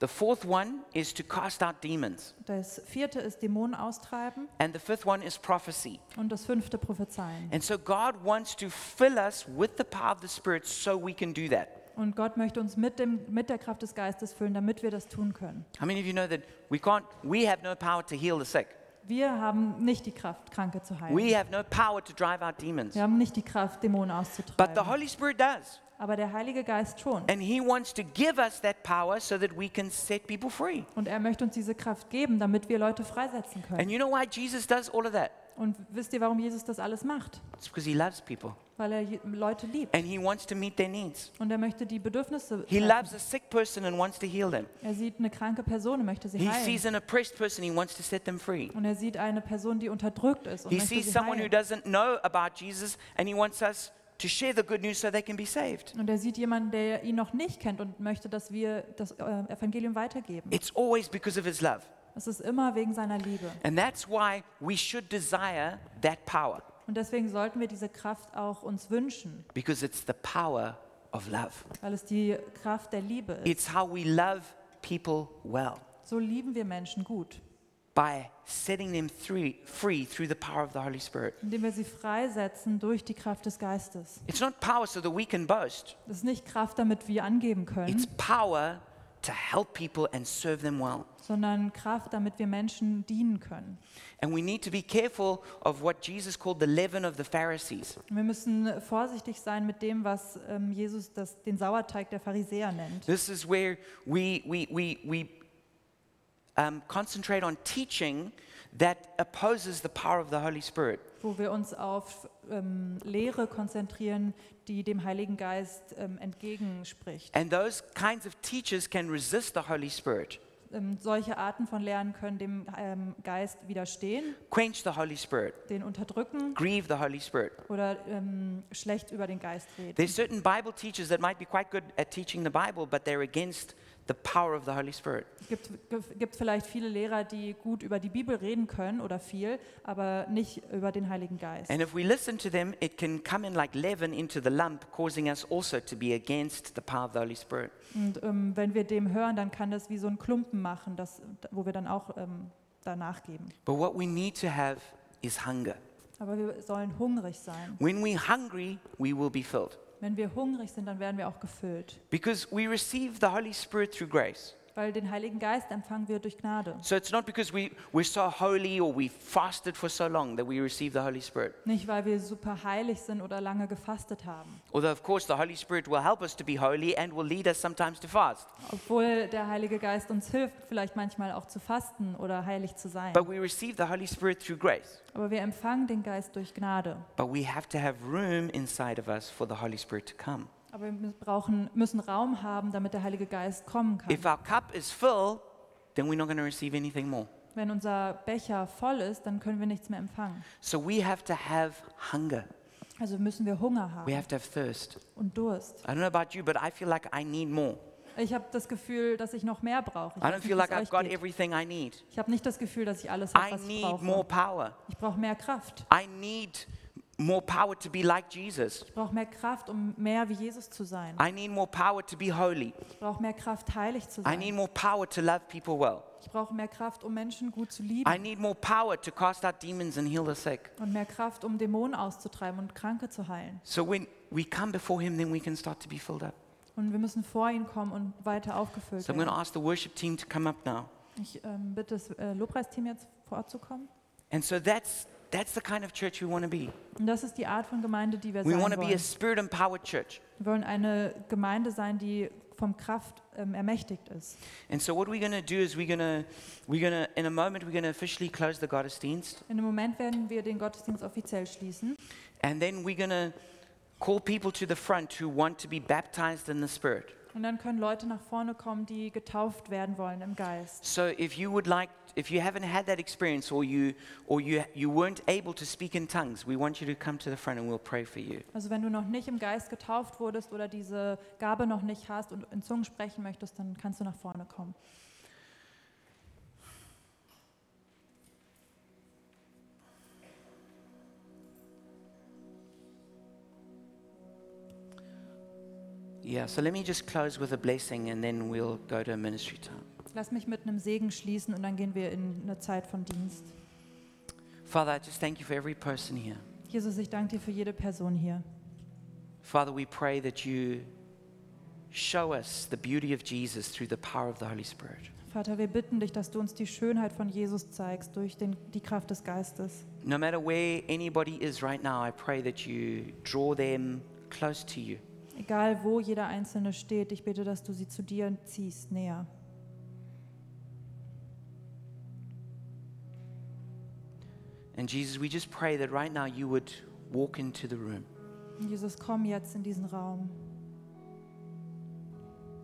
The fourth one is to cast out demons. Das vierte ist Dämonen austreiben And the fifth one is prophecy. und das fünfte prophezeien. And so God wants to fill us with the power of the Spirit so we can do that. Und Gott möchte uns mit, dem, mit der Kraft des Geistes füllen, damit wir das tun können. How many of you know that we can't, we have no power to heal the sick? Wir haben nicht die Kraft, Kranke zu heilen. We have no power to drive out demons. Wir haben nicht die Kraft, Dämonen But the auszutreiben. Holy Spirit does. Aber der Heilige Geist schon. And He wants to give us that power so that we can set people free. Und er möchte uns diese Kraft geben, damit wir Leute freisetzen And können. you know why Jesus does all of that? Und wisst ihr, warum Jesus das alles macht? It's because He loves people Weil er je- Leute liebt. and He wants to meet their needs. Und er möchte die Bedürfnisse. He treffen. loves a sick person and wants to heal them. Er sieht eine kranke Person und möchte sie He heilen. sees an oppressed person, He wants to set them free. Und er sieht eine Person, die unterdrückt ist und He möchte sees sie someone who heilen. doesn't know about Jesus and he wants us to share the good news so they can be saved. Und er sieht jemanden, der ihn noch nicht kennt und möchte, dass wir das äh, Evangelium weitergeben. It's always because of his love. Es ist immer wegen seiner Liebe. And that's why we should desire that power Und deswegen sollten wir diese Kraft auch uns wünschen, because it's the power of love. weil es die Kraft der Liebe ist. It's how we love people well So lieben wir Menschen gut, by setting them three, free through the power of the Holy Spirit. indem wir sie freisetzen durch die Kraft des Geistes. It's not power so that we can boast, Das ist nicht Kraft, damit wir angeben it's können, power to help people and serve them well. sondern Kraft, damit wir Menschen dienen können. And we need to be careful of what Jesus called the leaven of the Pharisees. Und Wir müssen vorsichtig sein mit dem, was ähm, Jesus das, den Sauerteig der Pharisäer nennt. This is where we, we, we, we um, concentrate on teaching that opposes the power of the Holy Spirit. wo wir uns auf ähm, Lehre konzentrieren, die dem Heiligen Geist ähm, entgegenspricht. And those kinds of teachers can resist the Holy Spirit, Ähm, solche Arten von Lehren können dem ähm, Geist widerstehen, quench the Holy Spirit, den unterdrücken grieve the Holy Spirit. oder ähm, schlecht über den Geist reden. There's certain Bible teachers that might be quite good at teaching the Bible, but they're against the power of the Holy Spirit. Es gibt, gef- gibt vielleicht viele Lehrer, die gut über die Bibel reden können oder viel, aber nicht über den Heiligen Geist. And if we listen to them, it can come in like leaven into the lump, causing us also to be against the power of the Holy Spirit. Und ähm, wenn wir dem hören, dann kann das wie so ein Klumpen machen, das, wo wir dann auch ähm, danach geben. But what we need to have is hunger. Aber wir sollen hungrig sein. When we're hungry, we will be filled. Wenn wir hungrig sind, dann werden wir auch gefüllt. Because we receive the Holy Spirit through grace. Weil den Heiligen Geist empfangen wir durch Gnade. So it's not because we, we're so holy or we fasted for so long that we receive the Holy Spirit. Nicht, weil wir super heilig sind oder lange gefastet haben. Although, of course, the Holy Spirit will help us to be holy and will lead us sometimes to fast. Obwohl der Heilige Geist uns hilft, vielleicht manchmal auch zu fasten oder heilig zu sein. But we receive the Holy Spirit through grace. Aber wir empfangen den Geist durch Gnade. But we have to have room inside of us for the Holy Spirit to come. Aber wir mü- brauchen, müssen Raum haben, damit der Heilige Geist kommen kann. If our cup is full, then we're not going to receive anything more. Wenn unser Becher voll ist, dann können wir nichts mehr empfangen. So we have to have hunger. Also müssen wir Hunger We haben have to have thirst. und Durst. I don't know about you, but I feel like I need more. Ich habe das Gefühl, dass ich noch mehr brauche. Ich I weiß don't nicht, feel wie's like I've euch got geht. everything I need. Ich habe nicht das Gefühl, dass ich alles habe, I was ich need more brauche. power. Ich brauche mehr Kraft. I need more power to be like Jesus. Ich brauche mehr Kraft, um mehr wie Jesus zu sein. I need more power to be holy. Ich brauche mehr Kraft, heilig zu I need sein. more power to love people well. Ich brauche mehr Kraft, um Menschen gut zu I lieben. need more power to cast out demons and heal the sick. Und mehr Kraft, um Dämonen auszutreiben und Kranke zu heilen. So when we come before Him, then we can start to be filled up. Und wir müssen vor ihn kommen und weiter aufgefüllt So I'm going to werden. ask the worship team to come up now. Ich ähm, bitte das äh, Lobpreisteam jetzt vorzukommen. And so that's that's the kind of church we want to be. Und das ist die Art von Gemeinde, die wir We sein want to be a wollen. spirit-empowered church. Wir wollen eine Gemeinde sein, die vom Kraft ähm, ermächtigt ist. And so what we're going to do is we're going to we're going to in a moment we're going to officially close the Gottesdienst. In dem Moment werden wir den Gottesdienst offiziell schließen. And then we're going to call people to the front who want to be baptized in the Spirit. Und dann können Leute nach vorne kommen, die getauft werden wollen im Geist. So if you would like, if you haven't had that experience or you, or you, you weren't able to speak in tongues, we want you to come to the front and we'll pray for you. Also wenn du noch nicht im Geist getauft wurdest oder diese Gabe noch nicht hast und in Zungen sprechen möchtest, dann kannst du nach vorne kommen. Yeah, so let me just close with a blessing and then we'll go to ministry time. Lass mich mit einem Segen schließen und dann gehen wir in eine Zeit von Dienst. Father, I just thank you for every person here. Jesus, ich danke dir für jede Person hier. Father, we pray that you show us the beauty of Jesus through the power of the Holy Spirit. Vater, wir bitten dich, dass du uns die Schönheit von Jesus zeigst durch den, die Kraft des Geistes. No matter where anybody is right now, I pray that you draw them close to you. Egal wo jeder Einzelne steht, ich bete, dass du sie zu dir ziehst, näher. And Jesus, we just pray that right now you would walk into the room. Jesus, komm jetzt in diesen Raum.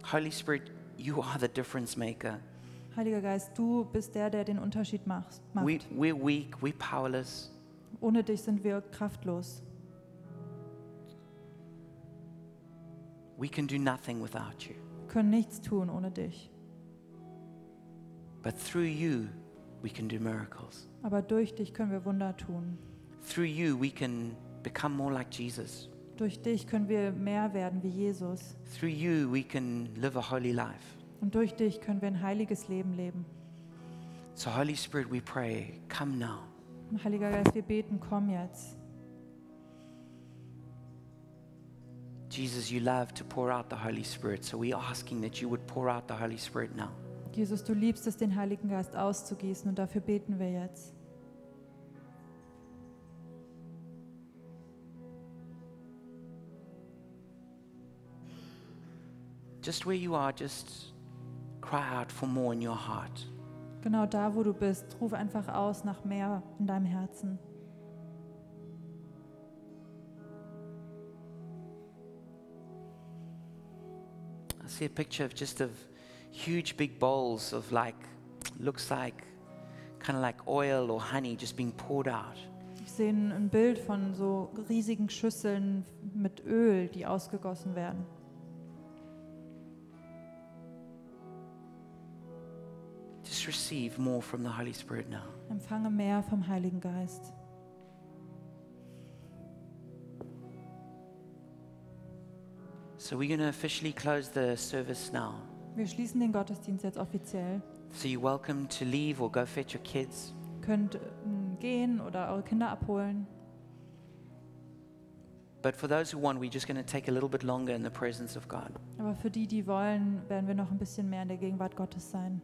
Holy Spirit, you are the difference maker. Heiliger Geist, du bist der, der den Unterschied macht. We, macht. we're weak, we're powerless. Ohne dich sind wir kraftlos. We can do nothing without you. können nichts tun ohne dich. But through you, we can do miracles. Aber durch dich können wir Wunder tun. Through you, we can become more like Jesus. Durch dich können wir mehr werden wie Jesus. Through you, we can live a holy life. Und durch dich können wir ein heiliges Leben leben. So, Holy Spirit, we pray, come now. Heiliger Geist, wir beten, komm jetzt. Jesus, you love to pour out the Holy Spirit. So we're asking that you would pour out the Holy Spirit now. Jesus, du liebst es, den Heiligen Geist auszugießen und dafür beten wir jetzt. Just where you are, just cry out for more in your heart. Genau da, wo du bist, ruf einfach aus nach mehr in deinem Herzen. I see a picture of just of huge big bowls of like, looks like kind of like oil or honey just being poured out. Ich sehe ein ein Bild von so riesigen Schüsseln mit Öl, die ausgegossen werden. Just receive more from the Holy Spirit now. Empfange mehr vom Heiligen Geist. So we're going to officially close the service now. Wir schließen den Gottesdienst jetzt offiziell. So you're welcome to leave or go fetch your kids. Könnt ähm, gehen oder eure Kinder abholen. But for those who want, we're just going to take a little bit longer in the presence of God. Aber für die, die wollen, werden wir noch ein bisschen mehr in der Gegenwart Gottes sein.